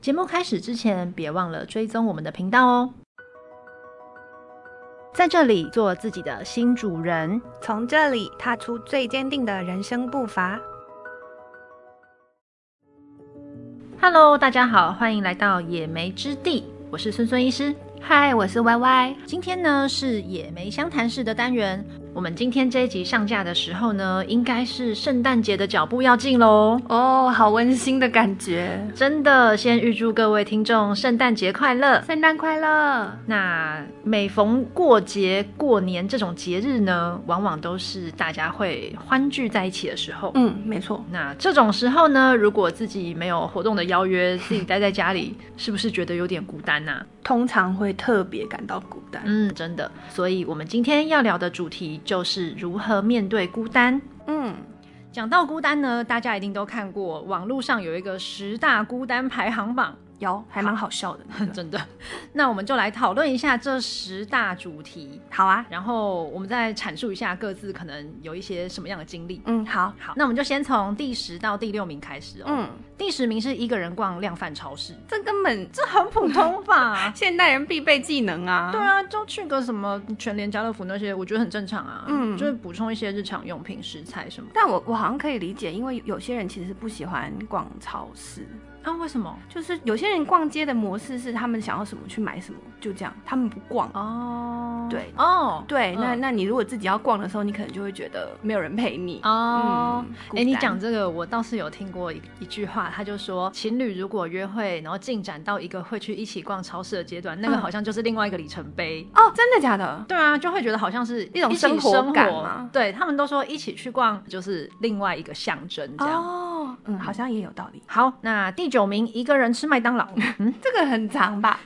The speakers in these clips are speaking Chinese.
节目开始之前，别忘了追踪我们的频道哦。在这里做自己的新主人，从这里踏出最坚定的人生步伐。 Hello，大家好，欢迎来到野莓之地，我是孙孙医师。嗨，我是 Y Y。今天呢是野莓相谈室的单元。我们今天这一集上架的时候呢，应该是圣诞节的脚步要近喽。哦，好温馨的感觉，真的，先预祝各位听众圣诞节快乐。圣诞快乐！那每逢过节、过年这种节日呢，往往都是大家会欢聚在一起的时候。嗯，没错，那这种时候呢，如果自己没有活动的邀约，自己待在家里，是不是觉得有点孤单呐、啊通常会特别感到孤单。嗯，真的。所以，我们今天要聊的主题就是如何面对孤单。嗯，讲到孤单呢，大家一定都看过网络上有一个十大孤单排行榜，有，还蛮好笑的。那个真的。那我们就来讨论一下这十大主题，好啊，然后我们再阐述一下各自可能有一些什么样的经历。嗯，好，好，那我们就先从第十到第六名开始哦。嗯，第十名是一个人逛量贩超市，这根本？这很普通吧 现代人必备技能啊。对，啊，就去个什么全联、家乐福那些，我觉得很正常啊。嗯就是补充一些日常用品、食材什么。但我我好像可以理解，因为有些人其实不喜欢逛超市，啊，为什么？就是有些人逛街的模式是他们想要什么去买什么，就这样，他们不逛。哦，对哦，对，那嗯那你如果自己要逛的时候，你可能就会觉得没有人陪你。哦。嗯，孤哎、你单讲这个，我倒是有听过一一句话，他就说，情侣如果约会，然后进展到一个会去一起逛超市的阶段，那个嗯好像就是另外一个里程碑。哦，真的假的？对啊，就会觉得好像是一种起生活生感嘛对他们都说一起去逛就是另外一个象征这样。哦，嗯，好像也有道理。好，那第九名一个人吃麦当劳， 嗯，这个很长吧？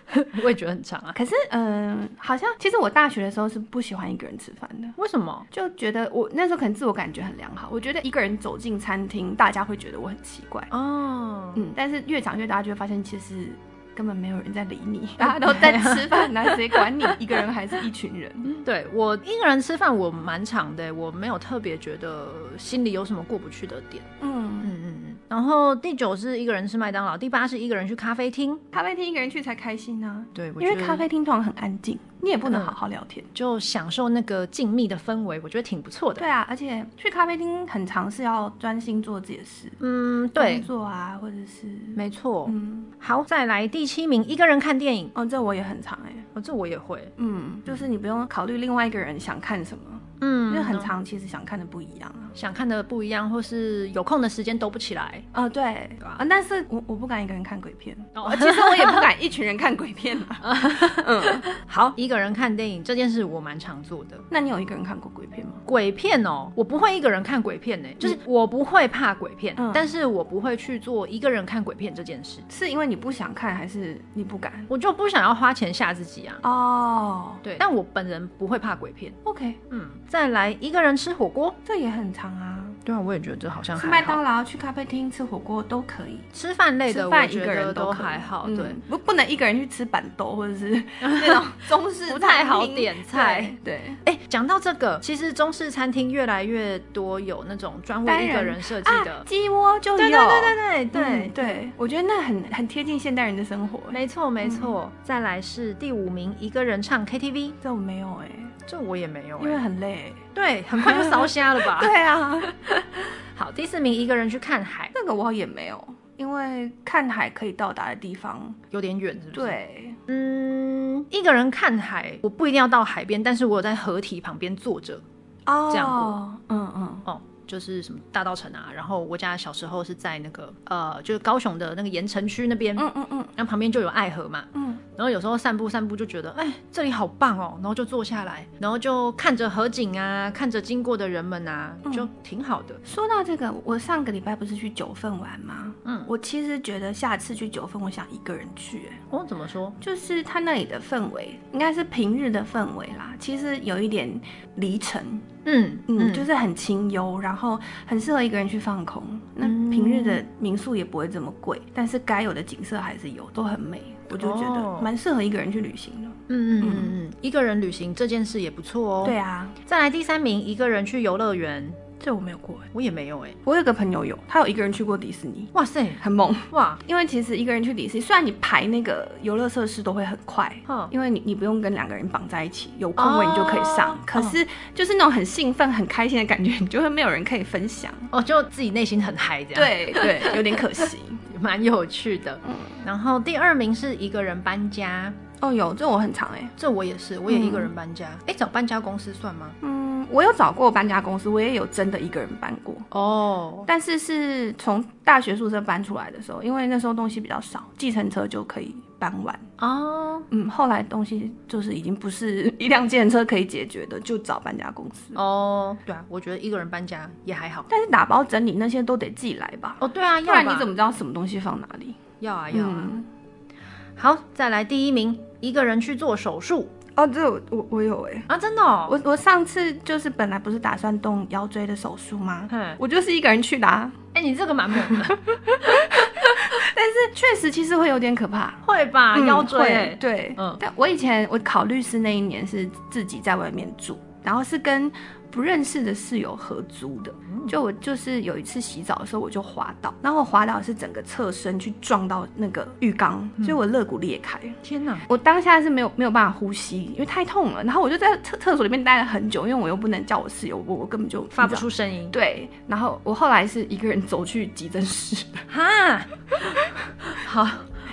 我也觉得很长啊。可是，嗯、好像其实我大学的时候是不喜欢一个人吃饭的，为什么？就觉得我那时候可能自我感觉很良好，我觉得一个人走进餐厅，大家会觉得我很奇怪。哦，嗯，但是越长越大，就会发现其实根本没有人在理 你，大家都在吃饭，哪谁管你一个人还是一群人？嗯对我一个人吃饭我蛮长的，我没有特别觉得心里有什么过不去的点。嗯，嗯嗯嗯。然后第九是一个人吃麦当劳，第八是一个人去咖啡厅。咖啡厅一个人去才开心啊，对，我因觉为得咖啡厅通常很安静，你也不能嗯好好聊天。就享受那个静谧的氛围，我觉得挺不错的。对啊，而且去咖啡厅很常是要专心做自己的事，嗯，对工，作啊，或者是没错。嗯，好，再来第七名，一个人看电影。哦，这我也很常哎、哦，这我也会，嗯，就是你不用考虑另外一个人想看什么，嗯因为很常其实想看的不一样啊。想看的不一样，或是有空的时间都不起来。哦，对啊、但是我我不敢一个人看鬼片，呃哦 其实我也不敢一群人看鬼片 啊。嗯，好，一个人看电影这件事我蛮常做的。那你有一个人看过鬼片吗？鬼片哦，我不会一个人看鬼片呢、欸就是我不会怕鬼片，嗯但是我不会去做一个人看鬼片这件事，是因为你不想看，还是你不敢？我就不想要花钱吓自己啊。哦对，但我本人不会怕鬼片。 ，OK，嗯，再来一个人吃火锅，这也很常啊。对啊，我也觉得这好像去麦当劳、去咖啡厅吃火锅都可以。吃饭类的，吃我饭一觉个人得都都可以还好。嗯对，不不能一个人去吃板豆或者是那 种中式不太餐好厅点菜。对，对哎、讲到这个，其实中式餐厅越来越多有那种专为单一人个人设计的，啊，鸡窝就有，对对对对对对对对，我觉得那很很贴近现代人的生活。没错没嗯错。再来是第五名，一个人唱 KTV，这我没有哎、这我也没有、因为哎，很累。对，很快就烧瞎了吧？ 对啊， 好，第四名一个人去看海，这个我也没有，因为看海可以到达的地方。有点远是不是？，对，嗯，一个人看海，我不一定要到海边，但是我有在河体旁边坐着，哦这样嗯嗯，哦。就是什么大稻城啊，然后我家小时候是在那个呃，就是高雄的那个盐城区那边，嗯嗯嗯然后旁边就有爱河嘛，嗯，然后有时候散步散步就觉得，哎，这里好棒哦，然后就坐下来，然后就看着河景啊，看着经过的人们啊，嗯就挺好的。说到这个，我上个礼拜不是去九份玩吗？嗯，我其实觉得下次去九份，我想一个人去、哎哦，怎么说？就是它那里的氛围，应该是平日的氛围啦。其实有一点离城，嗯嗯，就是很清幽，然后很适合一个人去放空。那嗯平日的民宿也不会这么贵，但是该有的景色还是有，都很美。我就觉哦得蛮适合一个人去旅行的。嗯嗯嗯嗯，一个人旅行这件事也不错哦。对，啊，再来第三名，一个人去游乐园。这我没有过哎、我也没有哎、我有个朋友有，他有一个人去过迪士尼，哇塞，很猛。哇，因为其实一个人去迪士尼，虽然你排那个游乐设施都会很快，嗯因为你你不用跟两个人绑在一起，有空位你就可以上。哦可是就是那种很兴奋、很开心的感觉，你就会没有人可以分享。哦，就自己内心很嗨这样，，对对，有点可惜。蛮有趣的。嗯，然后第二名是一个人搬家， 哦，有这我很常哎、这我也是，我也一个人搬家。哎、找搬家公司算吗？嗯，我有找过搬家公司，我也有真的一个人搬过，哦，但是是从大学宿舍搬出来的时候，因为那时候东西比较少，计程车就可以搬完。哦，嗯，后来东西就是已经不是 一辆计程车可以解决的，就找搬家公司。哦，对啊，我觉得一个人搬家也还好。但是打包整理那些都得自己来吧，哦，对啊，不要然吧你怎么知道什么东西放哪里？嗯要啊要啊、好，再来第一名，一个人去做手术哦，这我我我有哎、啊，真的、哦，我我上次就是本来不是打算动腰椎的手术吗？哼，哎、我就是一个人去的、啊，你这个蛮猛的， 但是确实其实会有点可怕。会吧？嗯腰椎、会欸对，嗯但我以前我考律师那一年是自己在外面住，然后是跟不认识的室友合租的。嗯就我就是有一次洗澡的时候我就滑倒，然后我滑倒是整个侧身去撞到那个浴缸，嗯所以我肋骨裂开。天哪，我当下是没有没有办法呼吸，因为太痛了。然后我就在厕厕所里面待了很久，因为我又不能叫我室友，我我根本就发不。出声音，对，然后我后来是一个人走去急诊室。哈， 好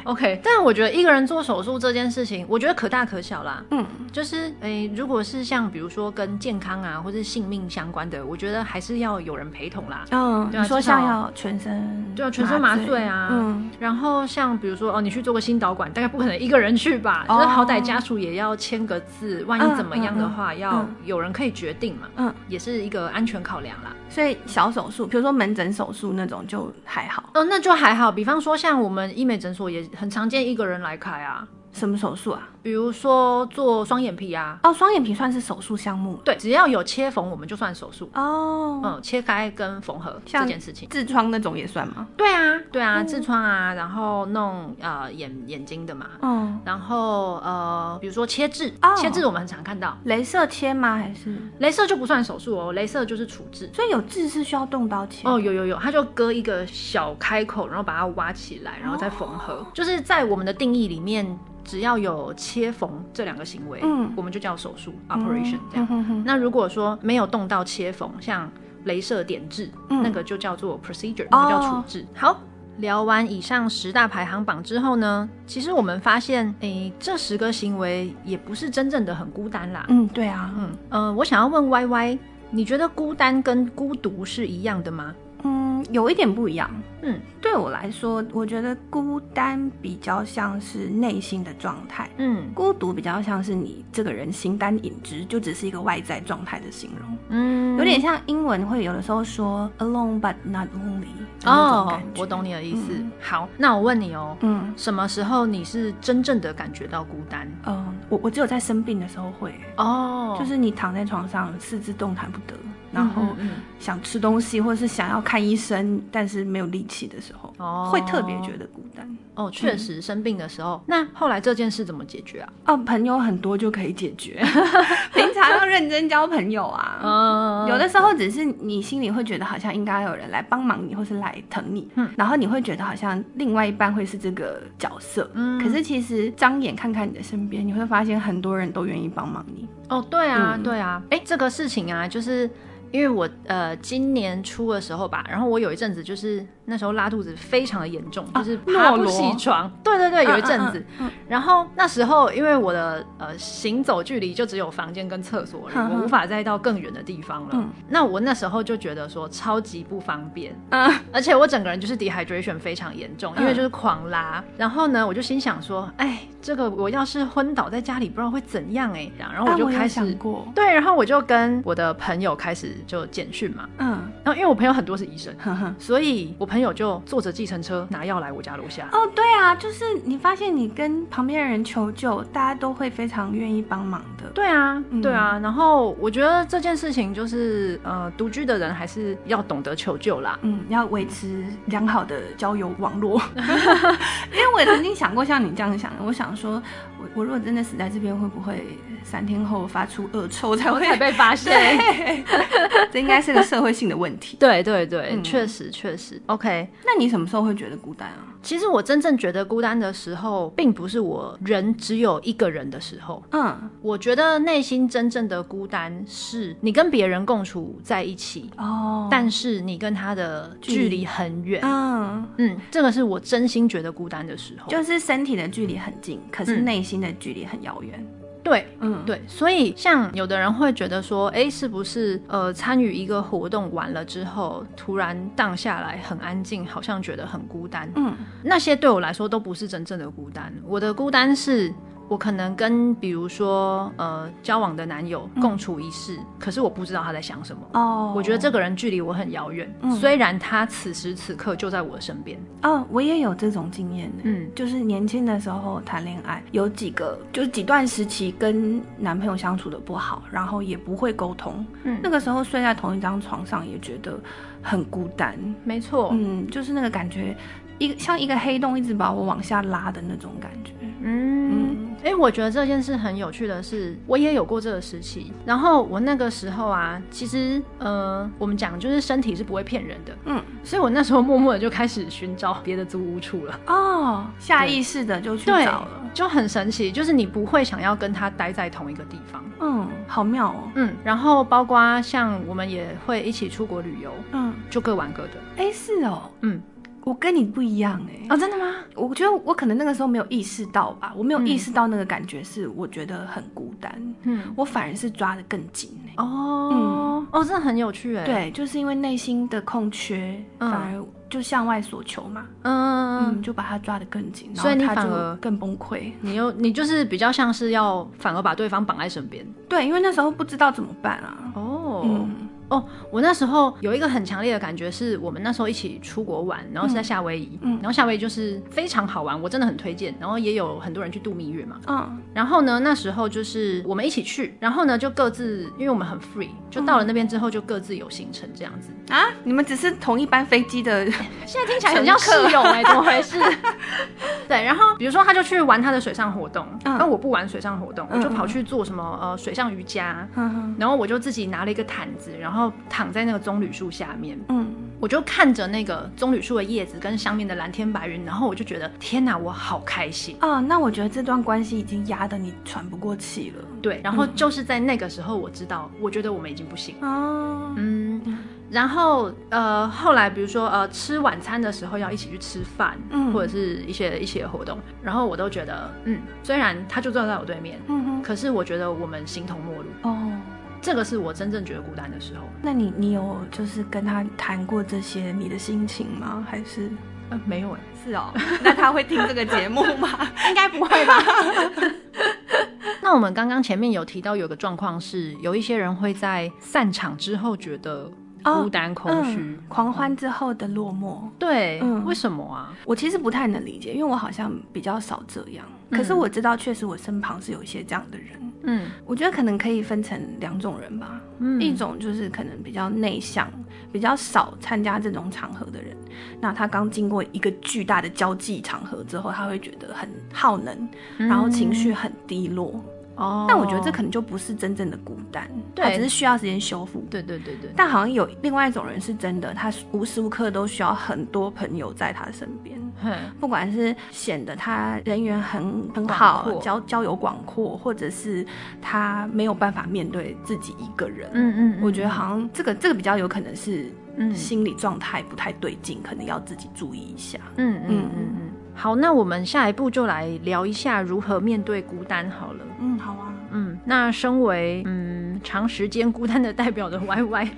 ，OK。但我觉得一个人做手术这件事情，我觉得可大可小啦。嗯，就是诶、如果是像比如说跟健康啊或者性命相关的，我觉得还是要有人陪同啦。嗯，对啊你说至少像要全身对啊，全身麻醉啊，嗯，然后像比如说哦，你去做个心导管，大概不可能一个人去吧，哦就是好歹家属也要签个字，万一怎么样的话，嗯嗯嗯要有人可以决定嘛，嗯，也是一个安全考量啦。所以小手术，比如说门诊手术那种就还好。哦，那就还好，比方说像我们医美诊所也很常见一个人来开啊，什么手术啊？比如说做双眼皮啊，哦，双眼皮算是手术项目。对，只要有切缝，我们就算手术。哦，嗯，切开跟缝合这像嗯件事情，痔疮那种也算吗？对啊，对啊，痔疮啊，然后弄呃眼眼睛的嘛，嗯，然后呃，比如说切痣哦切痣我们很常看到，镭射切吗？还是？镭射就不算手术哦，镭射就是处置。所以有痔是需要动刀切？哦，有有有，它就割一个小开口，然后把它挖起来，然后再缝合。哦就是在我们的定义里面，只要有切缝这两个行为，嗯我们就叫手术嗯 operation 这样。嗯哼哼那如果说没有动到切缝，像镭射点痣，嗯那个就叫做 procedure，哦那个叫处置。好。聊完以上十大排行榜之后呢，其实我们发现，诶，这十个行为也不是真正的很孤单啦。嗯，对啊，嗯，呃，我想要问 Y Y，你觉得孤单跟孤独是一样的吗？嗯，有一点不一样。嗯对我来说，我觉得孤单比较像是内心的状态，嗯孤独比较像是你这个人形单影只，就只是一个外在状态的形容。嗯有点像英文会有的时候说 alone but not lonely 的那种哦感，觉。我懂你的意思。嗯好，那我问你哦，嗯什么时候你是真正的感觉到孤单？嗯、呃我我只有在生病的时候会，哦就是你躺在床上四肢动弹不得，然后嗯嗯嗯想吃东西或者是想要看医生，但是没有力气的时候，哦会特别觉得孤单。哦，确嗯实生病的时候，那后来这件事怎么解决啊？哦，朋友很多就可以解决， 平常要认真交朋友啊。嗯有的时候只是你心里会觉得好像应该有人来帮忙你，或是来疼你，嗯然后你会觉得好像另外一半会是这个角色，嗯可是其实张眼看看你的身边，你会发现很多人都愿意帮忙你。哦，对啊，嗯对啊，哎，这个事情啊，就是因为我呃今年初的时候吧，然后我有一阵子就是那时候拉肚子非常的严重，就是爬啊诺不罗起床，对对对，有一阵子，嗯，嗯嗯然后那时候因为我的呃行走距离就只有房间跟厕所而已，哼哼我无法再到更远的地方了，嗯那我那时候就觉得说超级不方便，嗯而且我整个人就是 dehydration 非常严重，因为就是狂拉。然后呢，我就心想说，哎，这个我要是昏倒在家里，不知道会怎样哎。然后我但就啊我有开始想过，对，然后我就跟我的朋友开始就简讯嘛。嗯，然后因为我朋友很多是医生，呵呵。所以我朋友就坐着计程车拿药来我家楼下。哦，对啊，就是你发现你跟旁边的人求救，大家都会非常愿意帮忙的。刻。对啊，嗯对啊。然后我觉得这件事情就是，呃，独居的人还是要懂得求救 啦。嗯，要维持良好的交友 网络，因为我也曾经想过像你这样想，我想说，我我如果真的死在这边，会不会三天后发出恶臭才会才被发现。 对，这应该是个社会性的问题。 对对对，嗯确、实确实。OK，那你什么时候会觉得孤单啊？其实我真正觉得孤单的时候，并不是我人只有一个人的时候。嗯，我觉得内心真正的孤单，是你跟别人共处在一起，哦，但是你跟他的距离很远。嗯，嗯，这个是我真心觉得孤单的时候。就是身体的距离很近，可是嗯内心的距离很遥远。对，嗯，，对，所以像有的人会觉得说，哎，是不是呃参与一个活动完了之后，突然荡下来，很安静，好像觉得很孤单。嗯，那些对我来说都不是真正的孤单，我的孤单是。我可能跟比如说呃交往的男友嗯共处一室，可是我不知道他在想什么。哦，我觉得这个人距离我很遥远，嗯虽然他此时此刻就在我的身边。哦，我也有这种经验呢。嗯就是年轻的时候谈恋爱，有几个就是几段时期跟男朋友相处的不好，然后也不会沟通。嗯那个时候睡在同一张床上，也觉得很孤单。没错，嗯，就是那个感觉，一个像一个黑洞一直把我往下拉的那种感觉。嗯嗯，哎、我觉得这件事很有趣的是，我也有过这个时期。然后我那个时候啊，其实，呃，我们讲就是身体是不会骗人的，嗯，所以我那时候默默的就开始寻找别的租屋处了。哦，下意识的就去对找了。就很神奇，就是你不会想要跟他待在同一个地方。嗯，好妙哦。嗯，然后包括像我们也会一起出国旅游，嗯，就各玩各的。哎，是哦，嗯，我跟你不一样哎。啊、真的吗？我觉得我可能那个时候没有意识到吧，我没有嗯意识到那个感觉是我觉得很孤单，嗯，我反而是抓得更紧欸哦，哦，真的很有趣哎。，对，就是因为内心的空缺，嗯反而就向外所求嘛，嗯，嗯，就把它抓得更紧，然所以后你它反就而更崩溃。你又你就是比较像是要反而把对方绑在身边。对，因为那时候不知道怎么办啊。哦嗯，哦，我那时候有一个很强烈的感觉，是我们那时候一起出国玩，然后是在夏威夷，嗯然后夏威夷就是非常好玩，我真的很推荐，然后也有很多人去度蜜月嘛。嗯，然后呢，那时候就是我们一起去，然后呢就各自，因为我们很 free，就到了那边之后就各自有行程这样子。啊，你们只是同一班飞 机的，现在听起来很像室友哎、怎么回事？对，然后比如说他就去玩他的水上活动，那、嗯我不玩水上活动，我就跑去做什么呃水上瑜伽，嗯然后我就自己拿了一个毯子，然后躺在那个棕榈树下面，嗯，我就看着那个棕榈树的叶子跟上面的蓝天白云，然后我就觉得天哪，我好开心。哦，那我觉得这段关系已经压得你喘不过气了。对，然后就是在那个时候，我知道，我觉得我们已经不行了。哦，嗯，然后呃，后来比如说呃，吃晚餐的时候要一起去吃饭，嗯或者是一些一些活动，然后我都觉得，嗯，虽然他就坐在我对面，嗯哼，可是我觉得我们形同陌路，哦。这个是我真正觉得孤单的时候。那你你有就是跟他谈过这些你的心情吗？还是呃，没有哎、是哦？ 那他会听这个节目吗？ 应该不会吧？那我们刚刚前面有提到有个状况是，有一些人会在散场之后觉得哦孤单、空虚嗯，狂欢之后的落寞，对，嗯为什么啊？我其实不太能理解，因为我好像比较少这样。嗯可是我知道，确实我身旁是有一些这样的人。嗯我觉得可能可以分成两种人吧，嗯一种就是可能比较内向、比较少参加这种场合的人，那他刚经过一个巨大的交际场合之后，他会觉得很耗能，然后情绪很低落，嗯哦，但我觉得这可能就不是真正的孤单，对他只是需要时间修复。对对对对，但好像有另外一种人是真的，他无时无刻都需要很多朋友在他身边，哼不管是显得他人缘很很广好，阔交交友广阔，或者是他没有办法面对自己一个人。嗯嗯嗯我觉得好像这个这个比较有可能是嗯心理状态不太对劲，可能要自己注意一下。嗯嗯嗯嗯。好，那我们下一步就来聊一下如何面对孤单好了。嗯，好啊。嗯，那身为嗯长时间孤单的代表的 Y Y，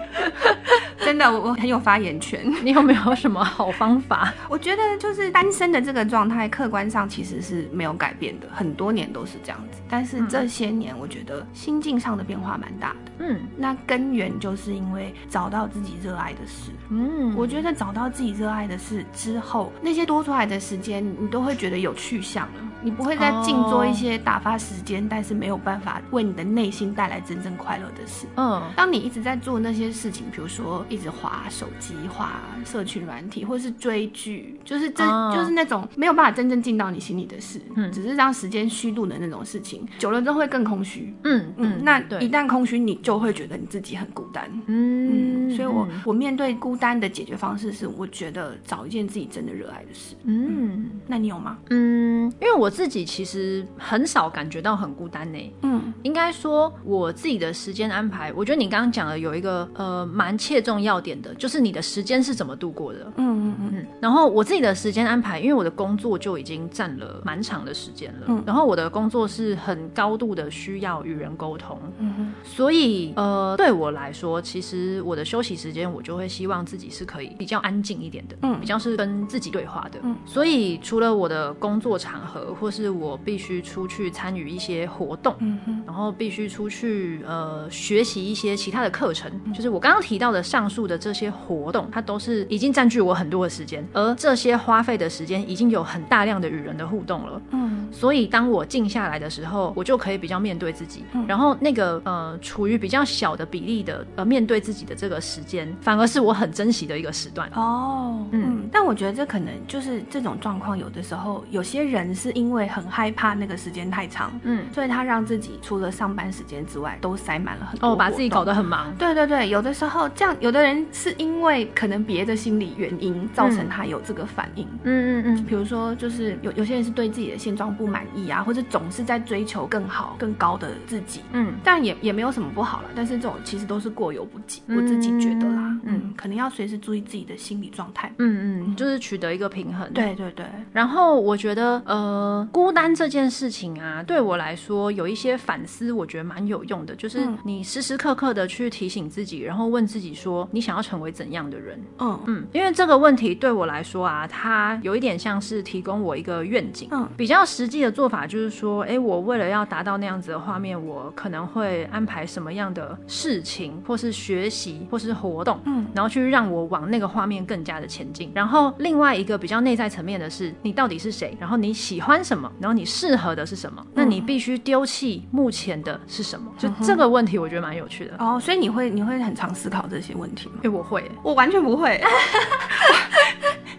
真的，我我很有发言权。你有没有什么好方 法？我觉得就是单身的这个状态，客观上其实是没有改变的，很多年都是这样子。但是这些年，我觉得心境上的变化蛮大的。嗯那根源就是因为找到自己热爱的事。嗯，我觉得找到自己热爱的事之后，那些多出来的时间，你都会觉得有去向了。你不会再哦静坐一些打发时间，但是没有办法为你的内心带来真正快乐的事。嗯当你一直在做那些事情，比如说一直划手机、划社群软体，或是追剧，就是真、哦就是那种没有办法真正进到你心里的事，嗯只是让时间虚度的那种事情，久了之后会更空虚。嗯嗯，那对一旦空虚，你就会觉得你自己很孤单。嗯嗯，，所以我嗯我面对孤单的解决方式是，我觉得找一件自己真的热爱的事。嗯那你有吗？嗯，因为我自己其实很少感觉到很孤单呢、嗯应该说我自己的时间安排，我觉得你刚刚讲的有一个呃蛮切中要点的，就是你的时间是怎么度过的。嗯嗯嗯，然后我自己的时间安排，因为我的工作就已经占了蛮长的时间了，嗯然后我的工作是很高度的需要与人沟通，嗯嗯所以呃对我来说，其实我的休息时间我就会希望自己是可以比较安静一点的，嗯比较是跟自己对话的，嗯所以除了我的工作场合，或是我必须出去参与一些活动，嗯嗯然后必须出去呃学习一些其他的课程，嗯就是我刚刚提到的上述的这些活动，它都是已经占据我很多的时间，而这些花费的时间已经有很大量的与人的互动了。嗯所以当我静下来的时候，我就可以比较面对自己，然后那个呃处于比较小的比例的呃面对自己的这个时间，反而是我很珍惜的一个时段。哦，嗯嗯，但我觉得这可能就是这种状况，有的时候有些人是因为很害怕那个时间太长，嗯，所以他让自己除了上班时间之外，都塞满了很多哦，把自己活动搞得很忙。对对对，有的时候这样，有的人是因为可能别的心理原因造嗯成他有这个反应。嗯嗯嗯，比如说，就是有有些人是对自己的现状不满意啊，或者总是在追求更好、更高的自己，嗯但也也没有什么不好啦。但是这种其实都是过犹不及，我自己觉得啦，嗯嗯，可能要随时注意自己的心理状态。嗯嗯，就是取得一个平衡。对对对，然后我觉得，呃，孤单这件事情啊，对我来说有一些反思，我觉得蛮有用的。就是嗯你时时刻刻的去提醒自己，然后问自己说，你想要成为怎样的人？嗯嗯，因为这个问题对我来说啊，它有一点像是提供我一个愿景。嗯比较实际的做法就是说，诶，我为了要达到那样子的画面，我可能会安排什么样的事情，或是学习，或是活动，嗯，然后去让我往那个画面更加的前进。然后另外一个比较内在层面的是，你到底是谁，然后你喜欢什么，然后你适合的是什嗯么，那你必须丢弃目前的是什么？就这个问题，我觉得蛮有趣的。哦，所以你会你会很常思考这些问题吗？诶，我会、诶我完全不会。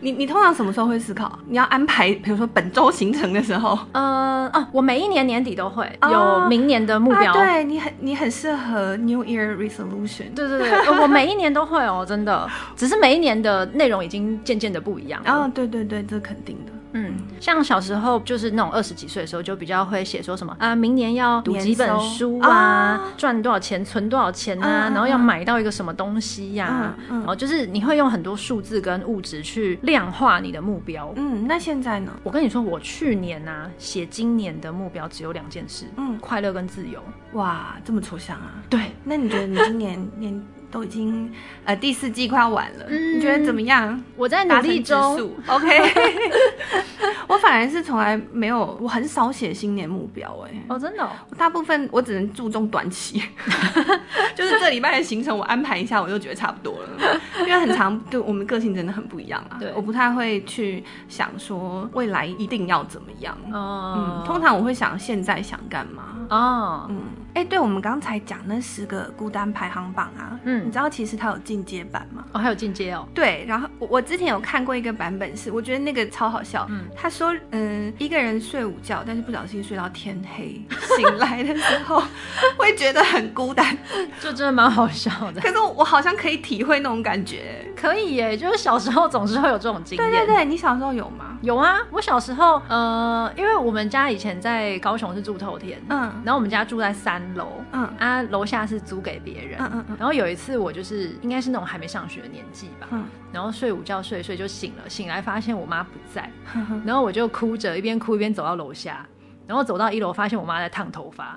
你你通常什么时候会思考？你要安排，比如说本周行程的时候，呃，哦，我每一年年底都会哦有明年的目标。啊、对你很你很适合 New Year Resolution。对对对， 呃我每一年都会哦，真的，只是每一年的内容已经渐渐的不一样了。哦，对对对，这肯定的。嗯，像小时候就是那种二十几岁的时候，就比较会写说什么啊，明年要读几本书啊年收哦，赚多少钱，存多少钱啊，嗯嗯然后要买到一个什么东西呀、嗯嗯然后就是你会用很多数字跟物质去量化你的目标。嗯，那现在呢？我跟你说，我去年啊写今年的目标只有两件事，嗯快乐跟自由。哇，这么抽象啊！对，那你觉得你今年 年都已经呃第四季快要完了，嗯你觉得怎么样？我在努达成力指中， 数，OK。我反而是从来没有，我很少写新年目标哎、哦，真的哦、我大部分我只能注重短期， 就是这礼拜的行程我安排一下，我就觉得差不多了。因为很长，对我们个性真的很不一样啊。对我不太会去想说未来一定要怎么样。哦嗯，通常我会想现在想干嘛。哦，嗯，哎、对我们刚才讲那十个孤单排行榜啊，嗯你知道其实它有进阶版吗？哦，还有进阶哦，对，然后我我之前有看过一个版本是，我觉得那个超好笑。嗯他说，嗯，一个人睡午觉，但是不小心睡到天黑， 醒来的时候 会觉得很孤单。就真的蛮好笑 的。可是我好像可以体会那种感觉。可以耶，就是小时候总是会有这种经验。对对。对，你小时候有吗？有啊，我小时候，呃，因为我们家以前在高雄是住透天，嗯然后我们家住在三楼，嗯啊，楼下是租给别人，嗯嗯嗯然后有一次我就是应该是那种还没上学的年纪吧，嗯 然后睡午觉睡一睡就醒了，醒来发现我妈不 在，哼哼，然后我就哭 着一边哭一边走到楼下，然后走到一楼发现我妈在烫头发，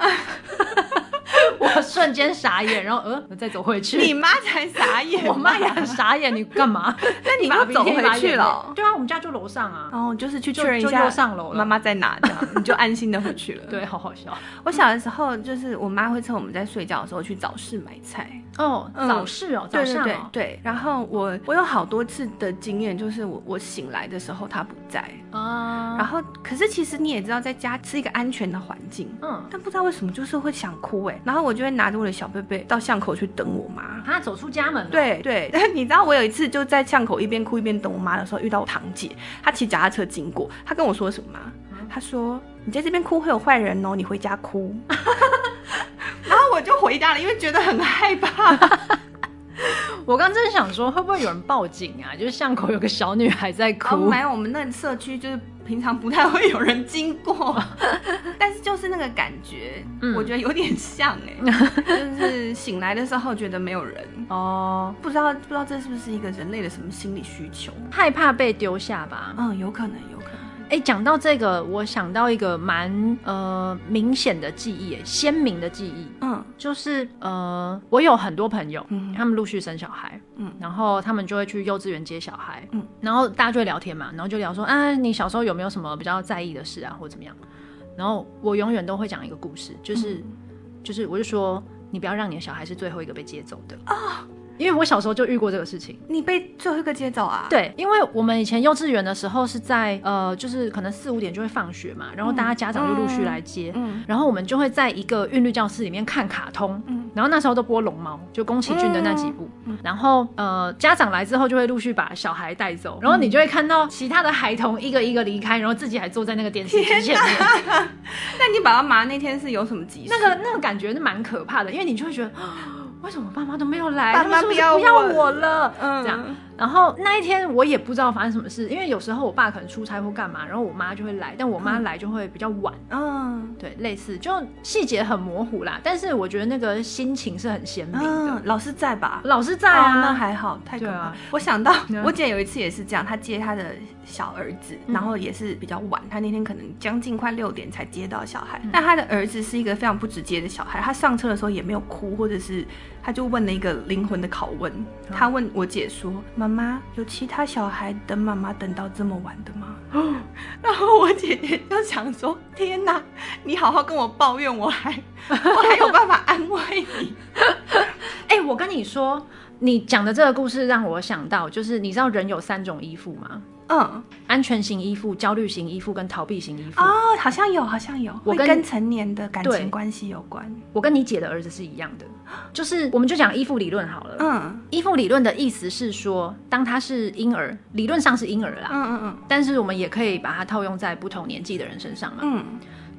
我瞬间傻眼，然后呃，我再走回去。你妈才傻眼，我妈也很傻眼， 你干嘛？那你妈走回去了。对啊，我们家就楼上啊。然后就是去确认一就就下又上楼了妈妈在哪，这样你就安心的回去了。，对，好好笑我小的时候就是我妈会趁我们在睡觉的时候去早市买菜。哦。嗯早市哦，早对对上对哦，对，然后我我有好多次的经验，就是我我醒来的时候她不在，啊，然后可是其实你也知道，在家是一个安全的环境，嗯，但不知道为什么就是会想哭哎、然后我就会拿着我的小贝贝到巷口去等我妈。他啊走出家门了，对对，但你知道我有一次就在巷口一边哭一边等我妈的时候，遇到我堂姐，她骑脚踏车经过，她跟我说什么吗嗯？她说你在这边哭会有坏人哦，你回家哭。 然后我就回家了，因为觉得很害怕。我刚正想说，会不会有人报警 啊？就是巷口有个小女孩在然后哭，没呃有，我们那社区就是平常不太会有人经 过，但是就是那个感觉，嗯我觉得有点像 哎、就是醒来的时候觉得没有人，哦，不知道不知道这是不是一个人类的什么心理需求？害怕被丢下吧。嗯，有可能，有可能。哎，讲到这个，我想到一个蛮呃明显的记忆，鲜明的记忆，嗯就是呃，我有很多朋友，嗯他们陆续生小孩，嗯然后他们就会去幼稚园接小孩，嗯然后大家就会聊天嘛，然后就聊说，啊，你小时候有没有什么比较在意的事啊，或怎么样？然后我永远都会讲一个故事，就是、嗯就是我就说，你不要让你的小孩是最后一个被接走的啊，因为我小时候就遇过这个事情。你被最后一个接走啊？，对，因为我们以前幼稚园的时候是在呃，就是可能四五点就会放学嘛，然后大家家长就陆续来接，嗯然后我们就会在一个韵律教室里面看卡通，嗯然后那时候都播龙猫，就宫崎骏的那几部，然后呃家长来之后就会陆续把小孩带走，然后你就会看到其他的孩童一个一个离开，然后自己还坐在那个电视机前面，那你爸爸妈妈那天是有什么急事？那个那种感觉是蛮可怕的，因为你就会觉得。 啊为什么爸妈都没有来？爸妈他们是不不是要不要我我了？嗯这样。然后那一天我也不知道发生什么事，因为有时候我爸可能出差或干嘛，然后我妈就会来，但我妈来就会比较晚，嗯对，类似就细节很模糊啦。但是我觉得那个心情是很鲜明的。嗯，老师在吧？老师在哦啊，那还好，太可对怕。啊我想到嗯我姐有一次也是这样，她接她的小儿子，嗯然后也是比较晚，她那天可能将近快六点才接到小孩嗯。那她的儿子是一个非常不直接的小孩，他上车的时候也没有哭，或者是他就问了一个灵魂的拷问，哦他问我姐说：“妈妈，有其他小孩等妈妈等到这么晚的吗？”哦然后我姐姐就想说：“天哪，你好好跟我抱怨，我还我还有办法安慰你。哎、我跟你说，你讲的这个故事让我想到，就是你知道人有三种依附吗？”嗯。安全型依附、焦虑型依附跟逃避型依附。哦，好像有，好像有，我会跟跟成年的感对情关系有关。我跟你姐的儿子是一样的，就是我们就讲依附理论好了。嗯依附理论的意思是说，当他是婴儿，理论上是婴儿啦，嗯嗯但是我们也可以把它套用在不同年纪的人身上嘛。嗯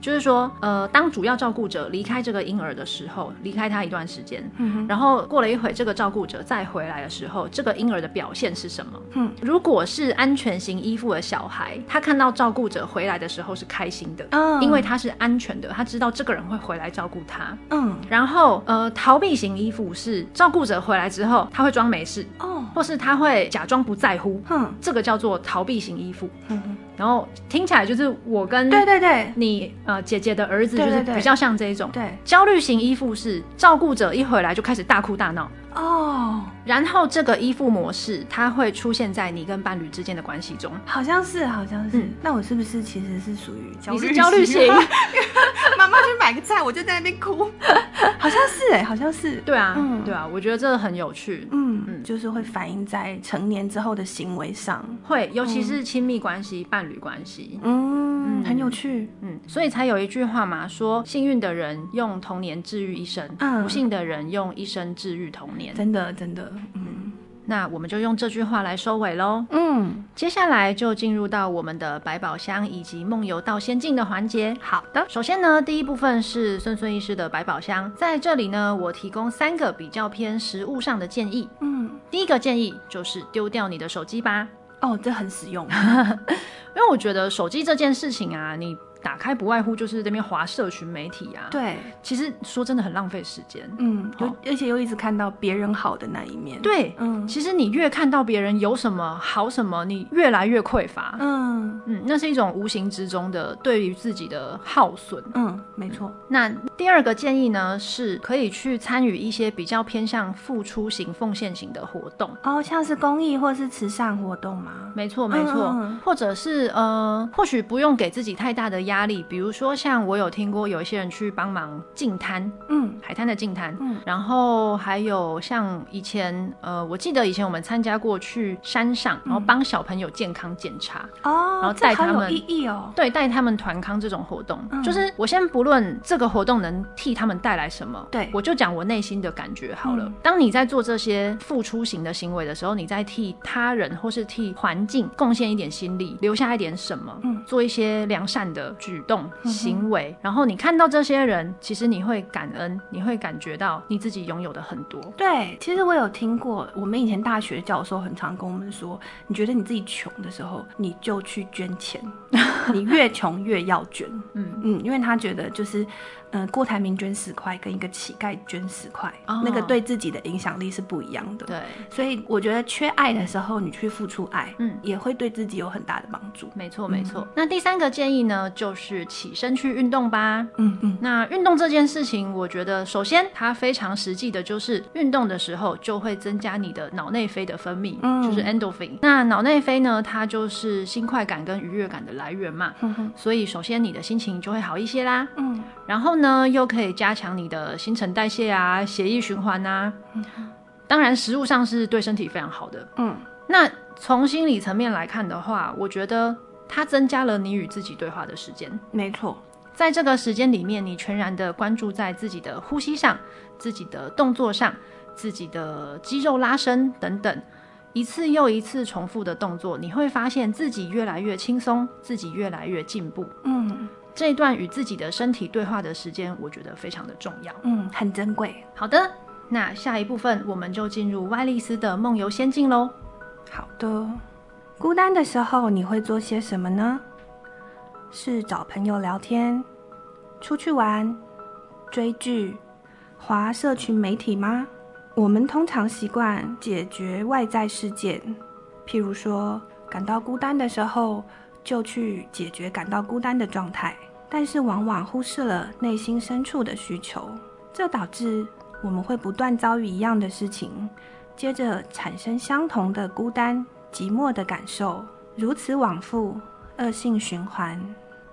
就是说，呃，当主要照顾者离开这个婴儿的时候，离开他一段时间，嗯然后过了一会，这个照顾者再回来的时候，这个婴儿的表现是什么？嗯，如果是安全型依附的小孩，他看到照顾者回来的时候是开心的，嗯因为他是安全的，他知道这个人会回来照顾他。嗯然后，呃，逃避型依附是照顾者回来之后，他会装没事，哦或是他会假装不在乎，哼这个叫做逃避型依附。嗯嗯，然后听起来就是我跟对对对你呃姐姐的儿子就对是对对比较像这一种。对焦虑型依附是照顾者一回来就开始大哭大闹，哦，然后这个依附模式它会出现在你跟伴侣之间的关系中。好像是好像是嗯。那我是不是其实是属于焦你虑？是焦虑型，啊 妈妈去买个菜，我就在那 边哭，好像是哎，好像是。对啊，嗯对啊，我觉得这个很有趣。嗯，就是会反映在成年之后的行为上。会，尤其是亲密关系、伴侣关系，嗯，很有趣。嗯，所以才有一句话嘛，说幸运的人用童年治愈一生，嗯不幸的人用一生治愈童年。真的，真的，嗯那我们就用这句话来收尾喽。嗯，接下来就进入到我们的百宝箱以及梦游到仙境的环节。好的，首先呢，第一部分是孙孙医师的百宝箱，在这里呢，我提供三个比较偏实物上的建议。嗯，第一个建议就是丢掉你的 手机吧，哦，这很实用。因为我觉得手机这件事情啊，你打开不外乎就是这边划社群媒体啊。，对，其实说真的很浪费时间。嗯，有好而且又一直看到别人好的那一面，，对，嗯其实你越看到别人有什么好什么，你越来越匮乏。嗯嗯，那是一种无形之中的对于自己的耗损。嗯，没错，那第二个建议呢，是可以去参与一些比较偏向付出型、奉献型的活动。哦，像是公益或是慈善活动吗？没错，没错，嗯嗯或者是呃，或许不用给自己太大的压力，比如说像我有听过有一些人去帮忙净滩，嗯海滩的净滩，嗯然后还有像以前呃，我记得以前我们参加过去山上，然后嗯帮小朋友健康检查，哦，然后这带好他有们意义哦，对，带他们团康这种活动，嗯就是我先不论这个活动能替他们带来什么，对我就讲我内心的感觉好了。嗯当你在做这些付出型的行为的时候，你在替他人或是替环境贡献一点心力，留下一点什么，嗯做一些良善的举动、行为，然后你看到这些人，其实你会感恩，你会感觉到你自己拥有的很多。对，其实我有听过，我们以前大学教授很常跟我们说，你觉得你自己穷的时候，你就去捐 钱，你越穷越要捐。嗯嗯，因为他觉得就是，呃，郭台铭捐十块跟一个乞丐捐十块，哦那个对自己的影响力是不一样的。对，所以我觉得缺爱的时候，你去付出爱，嗯。也会对自己有很大的帮助。没错，没错。那第三个建议呢，就是起身去运动吧。嗯嗯，那运动这件事情，我觉得首先它非常实际的，就是运动的时候就会增加你的脑内啡的分泌，嗯就是 endorphin。那脑内啡呢，它就是新快感跟愉悦感的来源嘛。嗯哼哼，所以，首先你的心情就会好一些啦，嗯，然后呢，又可以加强你的新陈代谢啊、血液循环啊。当然，食物上是对身体非常好的。嗯，那从心理层面来看的话，我觉得它增加了你与自己对话的时间。没错，在这个时间里面，你全然的关注在自己的呼吸上、自己的动作上、自己的肌肉拉伸等等，一次又一次重复的动作，你会发现自己越来越轻松，自己越来越进步。嗯这一段与自己的身体对话的时间，我觉得非常的重要。嗯，很珍贵。好的，那下一部分我们就进入歪丽丝的梦游仙境喽。好的，孤单的时候你会做些什么呢？是找朋友聊天、出去玩、追剧、划社群媒体吗？我们通常习惯解决外在事件，譬如说感到孤单的时候就去解决感到孤单的状态，但是往往忽视了内心深处的需求，这导致我们会不断遭遇一样的事情，接着产生相同的孤单、寂寞的感受，如此往复，恶性循环。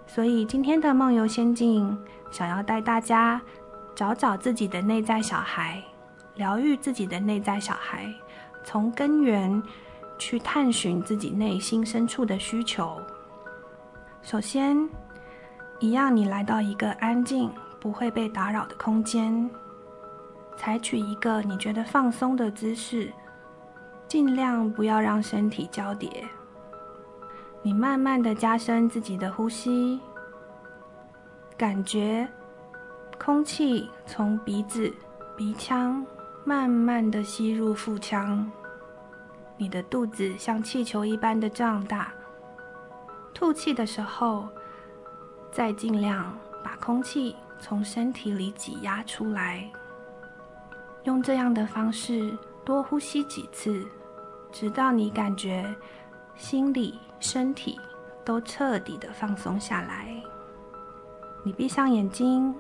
所以今天的梦游仙境，想要带大家找找自己的内在小孩，疗愈自己的内在小孩，从根源去探寻自己内心深处的需求。首先，一样你来到一个安静、不会被打扰的空间。采取一个你觉得放松的姿势，尽量不要让身体交叠。你慢慢的加深自己的呼吸，感觉空气从鼻子、鼻腔慢慢的吸入腹腔，你的肚子像气球一般的胀大。吐气的时候，再尽量把空气从身体里挤压出来。用这样的方式多呼吸几次，直到你感觉心理、身体都彻底的放松下来。你闭上眼睛，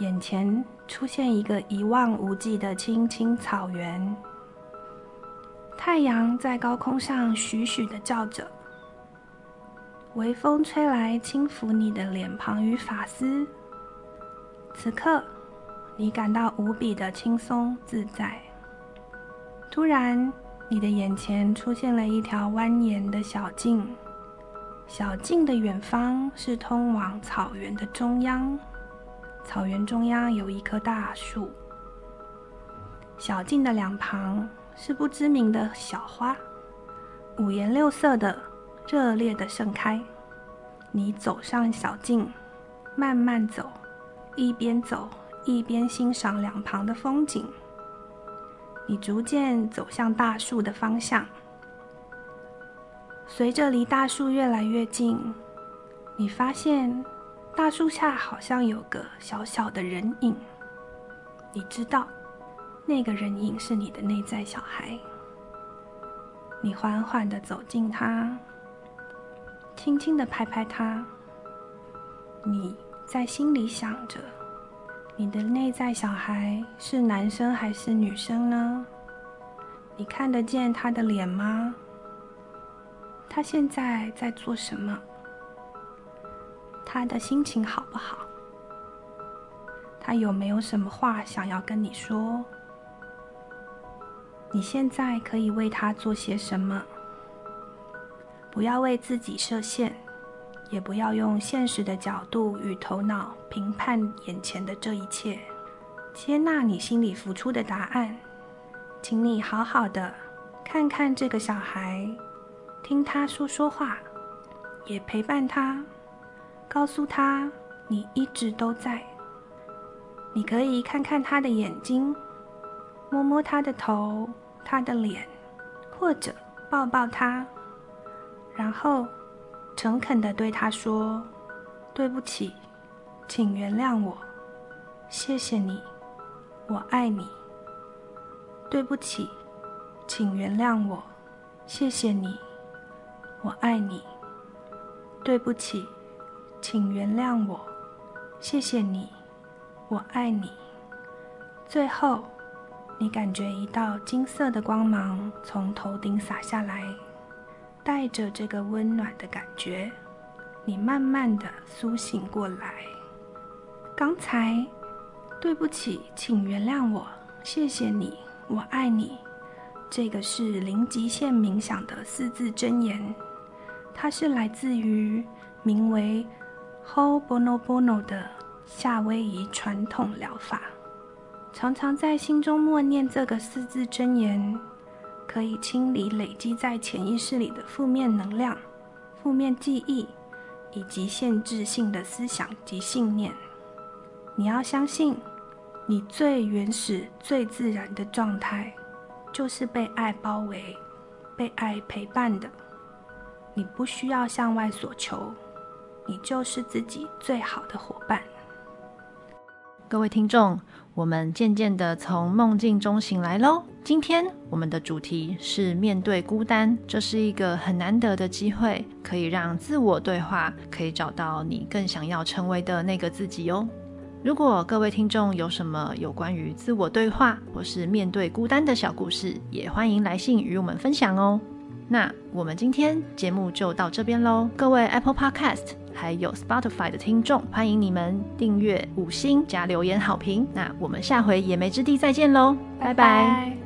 眼前出现一个一望无际的青青草原，太阳在高空上徐徐的照着，微风吹来，轻抚你的脸庞与发丝。此刻，你感到无比的轻松自在。突然，你的眼前出现了一条蜿蜒的小径，小径的远方是通往草原的中央，草原中央有一棵大树，小径的两旁是不知名的小花，五颜六色的热烈的盛开。你走上小径，慢慢走，一边走一边欣赏两旁的风景。你逐渐走向大树的方向，随着离大树越来越近，你发现大树下好像有个小小的人影，你知道，那个人影是你的内在小孩。你缓缓的走近他，轻轻的拍拍他。你在心里想着，你的内在小孩是男生还是女生呢？你看得见他的脸吗？他现在在做什么？他的心情好不好？他有没有什么话想要跟你说？你现在可以为他做些什么？不要为自己设限，也不要用现实的角度与头脑评判眼前的这一切，接纳你心里浮出的答案。请你好好的看看这个小孩，听他说说话，也陪伴他，告诉他你一直都在。你可以看看他的眼睛，摸摸他的头、他的脸，或者抱抱他，然后诚恳的对他说：“对不起，请原谅我，谢谢你，我爱你。”对不起，请原谅我，谢谢你，我爱你。对不起，请原谅我，谢谢你，我爱你。最后，你感觉一道金色的光芒从头顶洒下来，带着这个温暖的感觉，你慢慢的苏醒过来。刚才，对不起，请原谅我，谢谢你。我爱你，这个是零极限冥想的四字真言，它是来自于名为 “Ho'oponopono” 的夏威夷传统疗法。常常在心中默念这个四字真言，可以清理累积在潜意识里的负面能量、负面记忆以及限制性的思想及信念。你要相信。你最原始、最自然的状态，就是被爱包围、被爱陪伴的。你不需要向外所求，你就是自己最好的伙伴。各位听众，我们渐渐的从梦境中醒来喽。今天我们的主题是面对孤单，这是一个很难得的机会，可以让自我对话，可以找到你更想要成为的那个自己哦。如果各位听众有什么有关于自我对话或是面对孤单的小故事，也欢迎来信与我们分享哦。那我们今天节目就到这边喽，各位 Apple Podcast 还有 Spotify 的听众，欢迎你们订阅、五星加留言好评。那我们下回野莓之地再见喽，拜拜。拜拜